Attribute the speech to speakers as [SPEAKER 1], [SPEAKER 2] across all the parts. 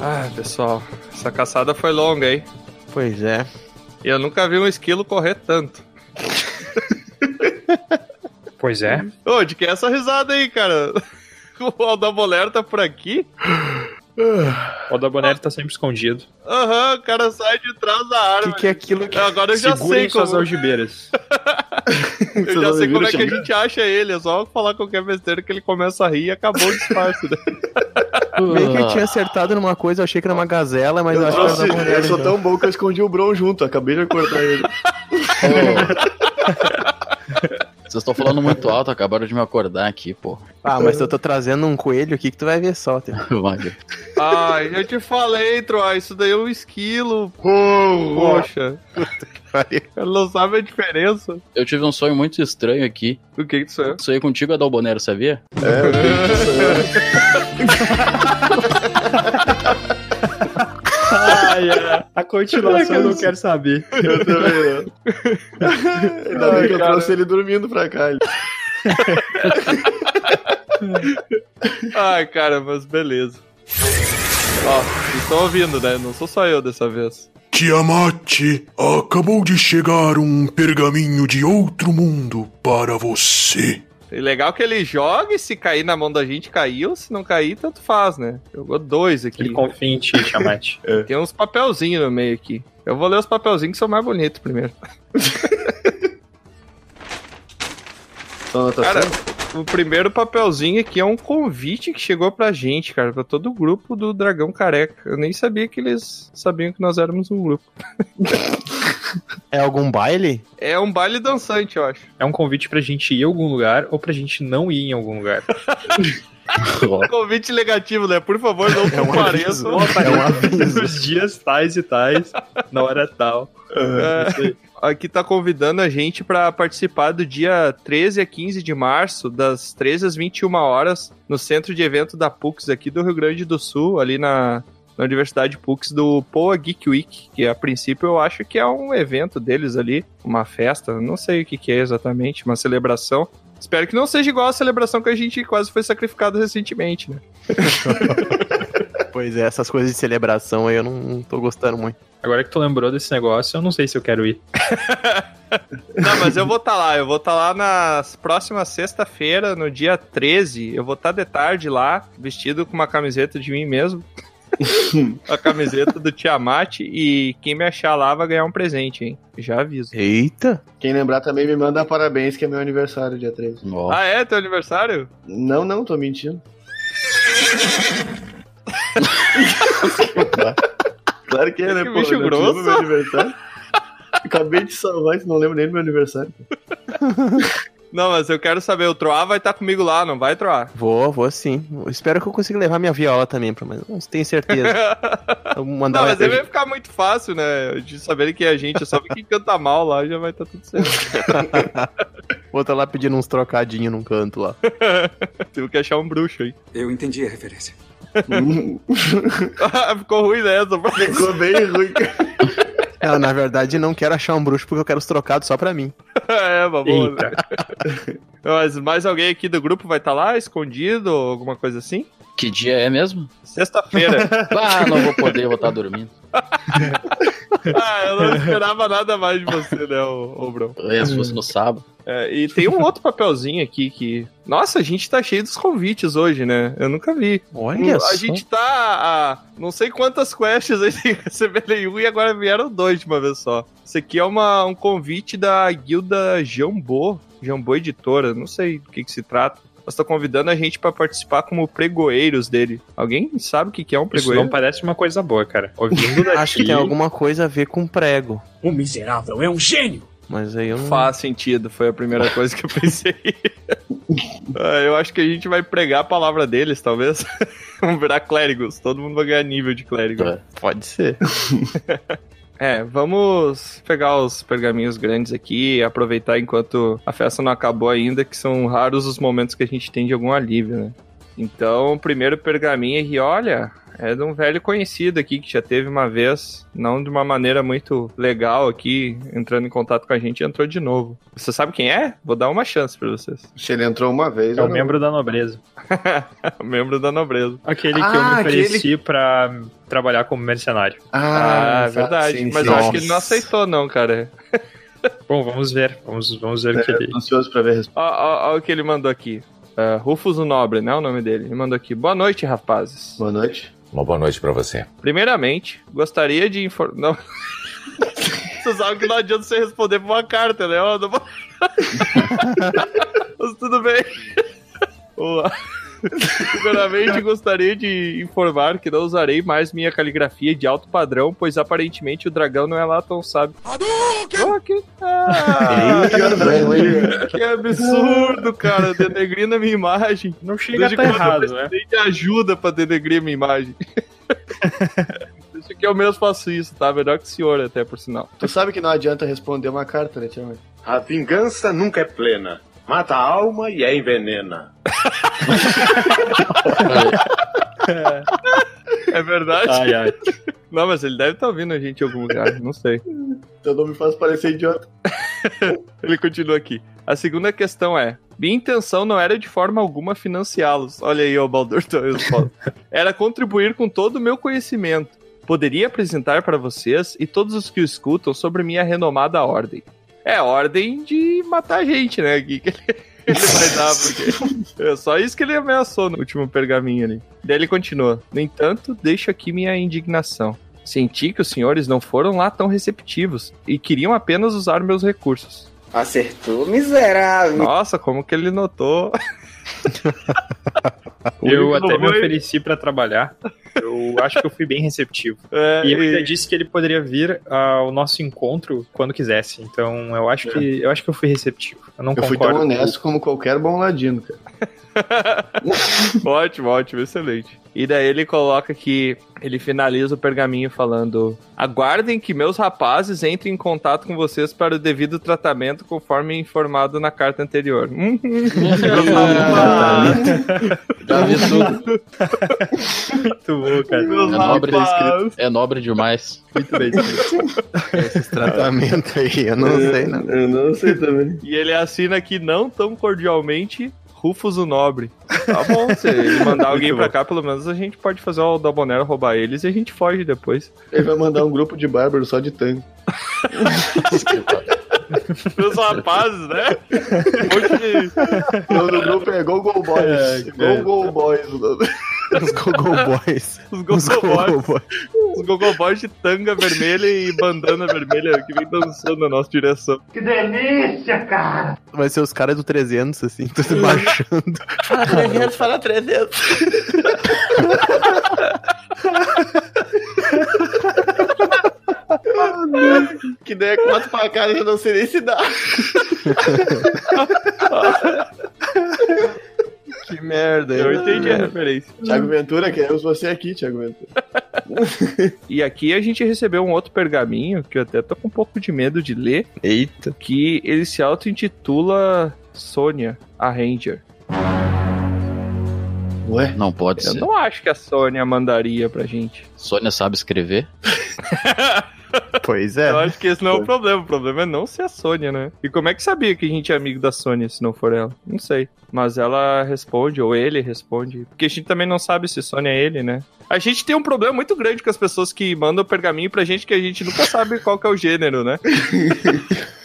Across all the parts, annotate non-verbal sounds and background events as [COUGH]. [SPEAKER 1] Ah, pessoal. Essa caçada foi longa, hein?
[SPEAKER 2] Pois é.
[SPEAKER 1] E eu nunca vi um esquilo correr tanto.
[SPEAKER 3] Pois é.
[SPEAKER 1] Ô, de que é essa risada aí, cara? [LAUGHS] O Aldabolero tá por aqui?
[SPEAKER 3] O da Bonelli tá sempre escondido.
[SPEAKER 1] Aham, o cara sai de trás da
[SPEAKER 2] O que,
[SPEAKER 1] árvore.
[SPEAKER 2] que é aquilo que.
[SPEAKER 1] Agora eu já
[SPEAKER 3] Segurem
[SPEAKER 1] sei como...
[SPEAKER 3] suas algibeiras.
[SPEAKER 1] Eu já sei como é que a gente acha ele, é só falar qualquer besteira que ele começa a rir e acabou o disfarce, [LAUGHS] né?
[SPEAKER 2] Meio
[SPEAKER 4] Ah.
[SPEAKER 2] que eu tinha acertado numa coisa, eu achei que era uma gazela, mas eu
[SPEAKER 5] Eu,
[SPEAKER 2] acho que
[SPEAKER 5] trouxe-
[SPEAKER 2] era uma mulher.
[SPEAKER 5] eu sou
[SPEAKER 2] então.
[SPEAKER 5] tão bom que eu escondi o Bron junto, acabei de acordar ele.
[SPEAKER 4] [LAUGHS] Vocês estão falando muito alto, acabaram de me acordar aqui, pô. [LAUGHS]
[SPEAKER 2] Ah, mas eu tô trazendo um coelho aqui que tu vai ver só. Teu.
[SPEAKER 4] Vai.
[SPEAKER 1] Ai, Ah, eu te falei, Troy, isso daí é um esquilo, poxa. Ele não sabe a diferença.
[SPEAKER 4] Eu tive um sonho muito estranho aqui.
[SPEAKER 1] O que que isso é?
[SPEAKER 4] Sonhei contigo, Adalbonero, sabia?
[SPEAKER 3] Ai, é. [LAUGHS] A continuação eu não quero saber.
[SPEAKER 5] Eu também. não. Ainda bem que eu trouxe ele dormindo pra cá.
[SPEAKER 1] Ai, cara, mas beleza. Ó, vocês estão ouvindo, né? Não sou só eu dessa vez.
[SPEAKER 6] Tiamat, acabou de chegar um pergaminho de outro mundo para você.
[SPEAKER 1] E legal que ele joga e se cair na mão da gente, caiu. Se não cair, tanto faz, né? Jogou dois aqui.
[SPEAKER 3] Ele confia em ti, Tiamat.
[SPEAKER 1] Tem uns papelzinhos no meio aqui. Eu vou ler os papelzinhos que são mais bonitos primeiro.
[SPEAKER 5] Só
[SPEAKER 1] Cara,
[SPEAKER 5] anotação.
[SPEAKER 1] o primeiro papelzinho aqui é um convite que chegou pra gente, cara, pra todo o grupo do Dragão Careca. Eu nem sabia que eles sabiam que nós éramos um grupo.
[SPEAKER 2] É algum baile?
[SPEAKER 1] É um baile dançante, eu acho.
[SPEAKER 3] É um convite pra gente ir em algum lugar ou pra gente não ir em algum lugar.
[SPEAKER 1] Convite negativo, né? Por favor, [LAUGHS] não compareçam.
[SPEAKER 3] um É Nos dias tais e tais, na hora tal.
[SPEAKER 1] É. Aqui tá convidando a gente pra participar do dia 13 a 15 de março, das 13 às 21 horas, no centro de evento da PUCS aqui do Rio Grande do Sul, ali na, na Universidade PUCS do Poa Geek Week, que a princípio eu acho que é um evento deles ali, uma festa, não sei o que, que é exatamente, uma celebração. Espero que não seja igual a celebração que a gente quase foi sacrificado recentemente, né?
[SPEAKER 2] Pois é, essas coisas de celebração aí eu não, não tô gostando muito.
[SPEAKER 3] Agora que tu lembrou desse negócio, eu não sei se eu quero ir.
[SPEAKER 1] Não, mas eu vou estar lá. Eu vou estar lá na próxima sexta-feira, no dia 13. Eu vou estar de tarde lá, vestido com uma camiseta de mim [LAUGHS] mesmo. a camiseta do Tiamat. E quem me achar lá vai ganhar um presente, hein? Já aviso.
[SPEAKER 2] Eita!
[SPEAKER 5] Quem lembrar também me manda parabéns, que é meu aniversário, dia 13.
[SPEAKER 4] Ó,
[SPEAKER 1] Ah, é? Teu aniversário?
[SPEAKER 5] Não, não, tô
[SPEAKER 1] [LAUGHS]
[SPEAKER 5] mentindo. claro que é, né,
[SPEAKER 1] Que
[SPEAKER 5] pô?
[SPEAKER 1] bicho
[SPEAKER 5] eu não te
[SPEAKER 1] grosso.
[SPEAKER 5] lembro meu aniversário. Acabei de salvar isso, não lembro nem do meu
[SPEAKER 1] [LAUGHS]
[SPEAKER 5] aniversário.
[SPEAKER 1] Não, mas eu quero saber. O Troá vai estar comigo lá, não vai, Troá?
[SPEAKER 2] Vou, vou sim. Eu espero que eu consiga levar minha viola também, pra- mas não tenho certeza. Eu vou mandar
[SPEAKER 1] Não,
[SPEAKER 2] um
[SPEAKER 1] mas é aí
[SPEAKER 2] RPG.
[SPEAKER 1] vai ficar muito fácil, né? De saber que é a gente. Eu só vi quem canta mal lá, já vai estar tudo certo.
[SPEAKER 2] Vou tá lá pedindo uns trocadinhos num canto lá.
[SPEAKER 1] Tenho que achar um bruxo aí.
[SPEAKER 7] Eu entendi a referência.
[SPEAKER 5] Hum,
[SPEAKER 1] [LAUGHS] Ficou ruim, né? Essa [LAUGHS]
[SPEAKER 5] Ficou bem ruim, cara.
[SPEAKER 2] Eu, na verdade, não quero achar um bruxo porque eu quero os trocados só pra mim.
[SPEAKER 1] É, uma boa. né?
[SPEAKER 3] Eita.
[SPEAKER 1] Mas mais alguém aqui do grupo vai estar lá, escondido, ou alguma coisa assim?
[SPEAKER 4] Que dia é mesmo? [LAUGHS]
[SPEAKER 1] Sexta-feira.
[SPEAKER 4] Ah, não vou poder, vou estar dormindo.
[SPEAKER 1] ah, eu não esperava nada mais de você, né, ô, ô Bron.
[SPEAKER 4] É, se fosse no sábado.
[SPEAKER 1] É, e tem um outro papelzinho aqui que... Nossa, a gente tá cheio dos convites hoje, né? Eu nunca vi.
[SPEAKER 2] Olha
[SPEAKER 1] a gente tá a não sei quantas quests aí sem receber nenhum e agora vieram dois de uma vez só. Isso aqui é uma, um convite da guilda Jambô, Jambô Editora, não sei do que, que se trata. Mas estão convidando a gente pra participar como pregoeiros dele. Alguém sabe o que, que é um
[SPEAKER 3] Isso não
[SPEAKER 1] pregoeiro?
[SPEAKER 3] parece uma coisa boa, cara. Ouvindo [LAUGHS] daqui,
[SPEAKER 2] Acho que tem alguma coisa a ver com prego.
[SPEAKER 7] O miserável é um gênio!
[SPEAKER 2] Mas aí eu não.
[SPEAKER 1] Faz sentido, foi a primeira coisa que eu
[SPEAKER 2] [LAUGHS]
[SPEAKER 1] pensei. Ah, eu acho que a gente vai pregar a palavra deles, talvez. [LAUGHS] Vamos virar clérigos, todo mundo vai ganhar nível de clérigo.
[SPEAKER 4] É.
[SPEAKER 2] Pode ser.
[SPEAKER 1] [LAUGHS] É, vamos pegar os pergaminhos grandes aqui e aproveitar enquanto a festa não acabou ainda, que são raros os momentos que a gente tem de algum alívio, né? Então, o primeiro pergaminho e olha, É de um velho conhecido aqui que já teve uma vez, não de uma maneira muito legal aqui, entrando em contato com a gente, e entrou de novo. Você sabe quem é? Vou dar uma chance pra vocês. [LAUGHS]
[SPEAKER 5] Se ele entrou uma vez,
[SPEAKER 3] É o
[SPEAKER 5] eu não-
[SPEAKER 3] membro da nobreza.
[SPEAKER 1] Membro da nobreza.
[SPEAKER 3] Aquele que eu
[SPEAKER 5] Ah,
[SPEAKER 3] me
[SPEAKER 5] aquele-
[SPEAKER 3] ofereci pra trabalhar como mercenário.
[SPEAKER 1] Ah,
[SPEAKER 5] tá,
[SPEAKER 1] verdade.
[SPEAKER 5] sim,
[SPEAKER 1] Mas
[SPEAKER 5] sim.
[SPEAKER 1] eu acho que ele não aceitou, não, cara.
[SPEAKER 3] Bom, vamos ver. Vamos, vamos ver o que ele.
[SPEAKER 5] Tô ansioso pra ver a resposta.
[SPEAKER 1] Ó, ó, ó o que ele mandou aqui. Ah, Rufus o Nobre, né? O nome dele. Ele mandou aqui. Boa noite, rapazes.
[SPEAKER 5] Boa noite.
[SPEAKER 8] Uma boa noite pra você.
[SPEAKER 1] Primeiramente, gostaria de informar. [LAUGHS] Você sabe que não adianta você responder pra uma carta, né? Eu não vou- [LAUGHS] Mas tudo bem. Vamos lá. Primeiramente, gostaria de informar que não usarei mais minha caligrafia de alto padrão, pois aparentemente o dragão não é lá tão sábio. Oh, que... Ah,
[SPEAKER 5] né?
[SPEAKER 1] que absurdo, cara. Denegrindo a minha imagem.
[SPEAKER 3] Não chega a
[SPEAKER 1] Desde
[SPEAKER 3] tá
[SPEAKER 1] quando
[SPEAKER 3] errado,
[SPEAKER 1] eu
[SPEAKER 3] né?
[SPEAKER 1] precisei de ajuda pra denegrir minha
[SPEAKER 3] [LAUGHS]
[SPEAKER 1] imagem. Deixa que eu mesmo faço isso, tá? Melhor que o senhor, até por sinal.
[SPEAKER 5] Tu sabe que não adianta responder uma carta, né, Tiago?
[SPEAKER 9] A vingança nunca é plena. Mata a alma e a envenena.
[SPEAKER 1] É verdade?
[SPEAKER 3] Ai, ai.
[SPEAKER 1] Não, mas ele deve estar ouvindo a gente em algum lugar, não sei.
[SPEAKER 5] Teu nome Então faz parecer idiota.
[SPEAKER 1] Ele continua aqui. A segunda questão é: minha intenção não era de forma alguma financiá-los. Olha aí, ó, o tá Baldur Torres falando. Era contribuir com todo o meu conhecimento. Poderia apresentar para vocês e todos os que o escutam sobre minha renomada ordem. É ordem de matar gente, né? Que que ele [LAUGHS] ele vai dar, porque. É só isso que ele ameaçou no último pergaminho ali. Daí ele continua. No entanto, deixo aqui minha indignação. Senti que os senhores não foram lá tão receptivos e queriam apenas usar meus recursos.
[SPEAKER 10] Acertou, miserável.
[SPEAKER 1] Nossa, como que ele notou?
[SPEAKER 3] Eu até me
[SPEAKER 1] Oi.
[SPEAKER 3] ofereci pra trabalhar. Eu acho que eu fui bem receptivo.
[SPEAKER 1] É,
[SPEAKER 3] E eu
[SPEAKER 1] e-
[SPEAKER 3] ainda disse que ele poderia vir ao nosso encontro quando quisesse. Então eu
[SPEAKER 1] É.
[SPEAKER 3] acho que eu acho que eu fui receptivo. Eu não
[SPEAKER 5] Eu fui
[SPEAKER 3] concordo.
[SPEAKER 5] tão
[SPEAKER 3] com-
[SPEAKER 5] honesto como qualquer bom ladino, cara.
[SPEAKER 1] ótimo, ótimo, excelente. E daí ele coloca que ele finaliza o pergaminho falando: Aguardem que meus rapazes entrem em contato com vocês para o devido tratamento, conforme informado na carta anterior. Hum, Ah. tá
[SPEAKER 4] Já vi tudo.
[SPEAKER 3] Muito bom, cara.
[SPEAKER 4] É nobre, é nobre demais.
[SPEAKER 3] Muito
[SPEAKER 1] tá
[SPEAKER 3] bem.
[SPEAKER 2] Esse [LAUGHS] tratamento aí, eu
[SPEAKER 5] É.
[SPEAKER 2] não sei, né? não.
[SPEAKER 5] Eu não sei né? também.
[SPEAKER 1] e ele assina aqui não tão cordialmente. Rufus o Nobre. Tá bom, se ele [LAUGHS] mandar alguém pra cá, pelo menos a gente pode fazer o Dabonero roubar eles e a gente foge depois.
[SPEAKER 5] Ele vai mandar um grupo de bárbaros só de tanque.
[SPEAKER 1] Meus rapazes, [LAUGHS] né? Um monte de-
[SPEAKER 5] [LAUGHS] O nome do grupo é Go Go Boys. Go Go Boys. o nome.
[SPEAKER 2] Os Gogo Boys.
[SPEAKER 1] Os gogoboys,
[SPEAKER 2] Os Gogo Boys.
[SPEAKER 1] os gogoboys de tanga vermelha e bandana vermelha que vem dançando na nossa direção.
[SPEAKER 2] Vai ser os caras do 300, assim, tudo baixando.
[SPEAKER 10] Fala 300, fala 300.
[SPEAKER 5] Que daí é quatro pra cara e eu não sei nem se dá.
[SPEAKER 2] Que merda.
[SPEAKER 1] Eu entendi a referência.
[SPEAKER 5] Tiago Ventura, queremos você aqui, Tiago Ventura.
[SPEAKER 1] E aqui a gente recebeu um outro pergaminho que eu até tô com um pouco de medo de ler,
[SPEAKER 2] Eita.
[SPEAKER 1] que ele se auto-intitula Sônia, a Ranger.
[SPEAKER 5] Ué?
[SPEAKER 4] Não pode
[SPEAKER 1] Eu
[SPEAKER 4] ser.
[SPEAKER 1] não acho que a Sônia mandaria pra gente.
[SPEAKER 4] Sônia sabe escrever.
[SPEAKER 2] [LAUGHS] Pois é.
[SPEAKER 1] Eu acho que esse não é o problema. O problema é não ser a Sônia, né? E como é que sabia que a gente é amigo da Sônia se não for ela? Não sei. Mas ela responde, ou ele responde. Porque a gente também não sabe se Sônia é ele, né? A gente tem um problema muito grande com as pessoas que mandam pergaminho pra gente que a gente nunca sabe qual que é o gênero,
[SPEAKER 2] [LAUGHS]
[SPEAKER 1] né?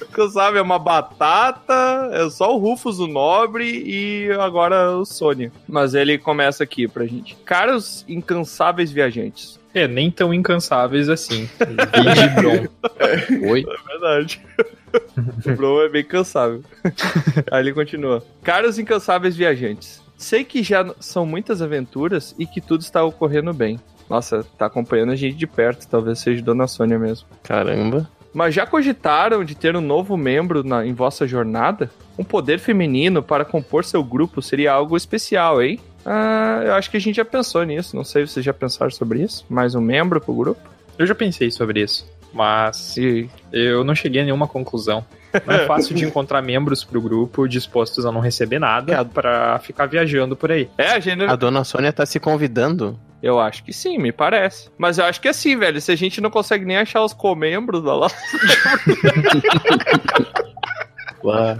[SPEAKER 1] Nunca sabe, é uma batata, é só o Rufus, o Nobre e agora o Sônia. Mas ele começa aqui pra gente. Caros incansáveis viajantes.
[SPEAKER 3] É, nem tão incansáveis
[SPEAKER 1] [LAUGHS]
[SPEAKER 3] assim. Vinde Bron.
[SPEAKER 4] Oi.
[SPEAKER 1] Verdade. [LAUGHS] o Bro é bem cansável. [LAUGHS] Aí ele continua. Caros incansáveis viajantes, sei que já n- são muitas aventuras e que tudo está ocorrendo bem. Nossa, tá acompanhando a gente de perto, talvez seja Dona Sônia mesmo.
[SPEAKER 2] Caramba.
[SPEAKER 1] Mas já cogitaram de ter um novo membro na- em vossa jornada? Um poder feminino para compor seu grupo seria algo especial, hein? Ah, eu acho que a gente já pensou nisso. Não sei se vocês já pensaram sobre isso. Mais um membro pro grupo?
[SPEAKER 3] Eu já pensei sobre isso, mas
[SPEAKER 1] E
[SPEAKER 3] eu não cheguei a nenhuma conclusão. Não é
[SPEAKER 1] [LAUGHS]
[SPEAKER 3] fácil de encontrar membros pro grupo dispostos a não receber nada pra ficar viajando por aí.
[SPEAKER 1] É, a gente.
[SPEAKER 2] A dona Sônia tá se convidando.
[SPEAKER 1] Eu acho que sim, me parece. Mas eu acho que é assim, velho. Se a gente não consegue nem achar os comembros da lá. [LAUGHS]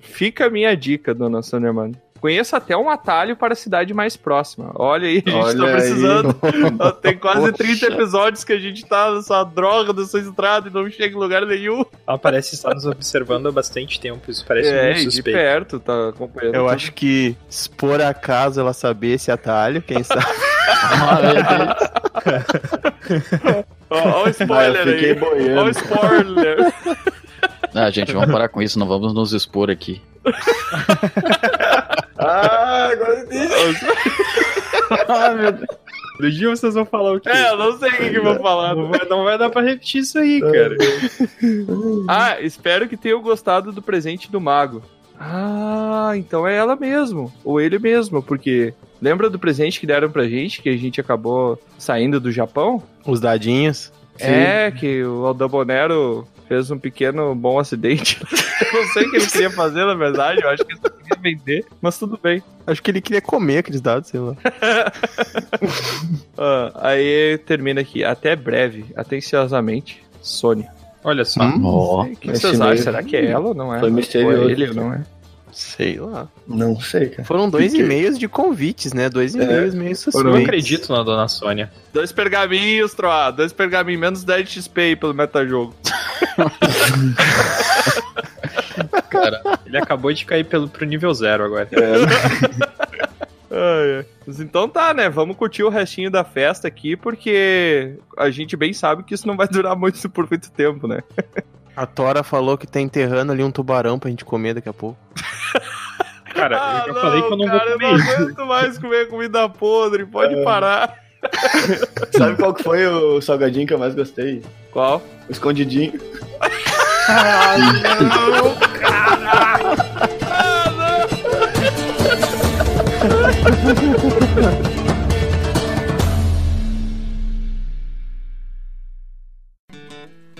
[SPEAKER 1] Fica a minha dica, dona Sônia Mano. Conheça até um atalho para a cidade mais próxima. Olha aí, a gente tá
[SPEAKER 5] Olha aí.
[SPEAKER 1] precisando. Tem quase 30
[SPEAKER 4] Poxa.
[SPEAKER 1] episódios que a gente tá nessa droga dessa estrada e não chega em lugar nenhum.
[SPEAKER 3] Ela parece estar nos observando há bastante tempo, isso parece
[SPEAKER 1] é,
[SPEAKER 3] muito
[SPEAKER 1] e de
[SPEAKER 3] suspeito.
[SPEAKER 1] perto, tá acompanhando.
[SPEAKER 2] Eu
[SPEAKER 1] tudo.
[SPEAKER 2] acho que, se por acaso ela saber esse atalho, quem sabe.
[SPEAKER 1] Ó, ó o spoiler
[SPEAKER 5] Ah, eu fiquei
[SPEAKER 1] aí. Ó o
[SPEAKER 5] boiando.
[SPEAKER 1] spoiler.
[SPEAKER 4] Ah, gente, vamos parar com isso, não vamos nos expor aqui.
[SPEAKER 5] Ah, agora entendi.
[SPEAKER 3] Do dia vocês vão falar o quê?
[SPEAKER 1] É, eu não sei o que, que eu vou falar.
[SPEAKER 3] não, vai, não vai dar pra repetir isso aí, cara.
[SPEAKER 1] Ah, espero que tenham gostado do presente do mago. Ah, então é ela mesmo, ou ele mesmo, porque lembra do presente que deram pra gente, que a gente acabou saindo do Japão?
[SPEAKER 2] Os dadinhos.
[SPEAKER 1] É, que o Aldabonero fez um pequeno bom acidente. [LAUGHS] Eu não sei o que ele queria fazer, na verdade, eu acho que ele só queria vender, mas tudo bem.
[SPEAKER 2] Acho que ele queria comer aqueles dados, sei lá.
[SPEAKER 1] Ah, aí termina aqui, até breve, atenciosamente, Sônia.
[SPEAKER 3] Olha só.
[SPEAKER 4] Ó,
[SPEAKER 1] O que
[SPEAKER 5] Esse
[SPEAKER 1] vocês acham?
[SPEAKER 5] meio-
[SPEAKER 1] Será que é ela ou não é?
[SPEAKER 5] Foi misterioso.
[SPEAKER 1] Ou é ele ou não é?
[SPEAKER 2] Sei lá.
[SPEAKER 5] Não sei, cara.
[SPEAKER 2] Foram dois
[SPEAKER 5] Que que-
[SPEAKER 2] e-mails de convites, né? Dois
[SPEAKER 5] É.
[SPEAKER 2] e-mails meio
[SPEAKER 3] Eu não
[SPEAKER 2] suspeitos.
[SPEAKER 3] acredito na dona Sônia.
[SPEAKER 1] Dois pergaminhos, Troá. Dois pergaminhos, menos 10 XP aí pelo metajogo.
[SPEAKER 3] Ele acabou de cair pelo, pro nível zero agora.
[SPEAKER 1] Ai, ai. Mas então tá, né? Vamos curtir o restinho da festa aqui, porque a gente bem sabe que isso não vai durar muito por muito tempo, né?
[SPEAKER 2] A Tora falou que tá enterrando ali um tubarão pra gente comer daqui a pouco.
[SPEAKER 3] Cara, eu já falei que eu não
[SPEAKER 1] cara,
[SPEAKER 3] vou
[SPEAKER 1] eu
[SPEAKER 3] comer
[SPEAKER 1] Ah, não
[SPEAKER 3] É.
[SPEAKER 1] aguento mais comer comida podre. Pode parar.
[SPEAKER 5] Sabe qual que foi o salgadinho que eu mais gostei?
[SPEAKER 1] Qual?
[SPEAKER 5] O escondidinho.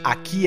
[SPEAKER 8] Aqui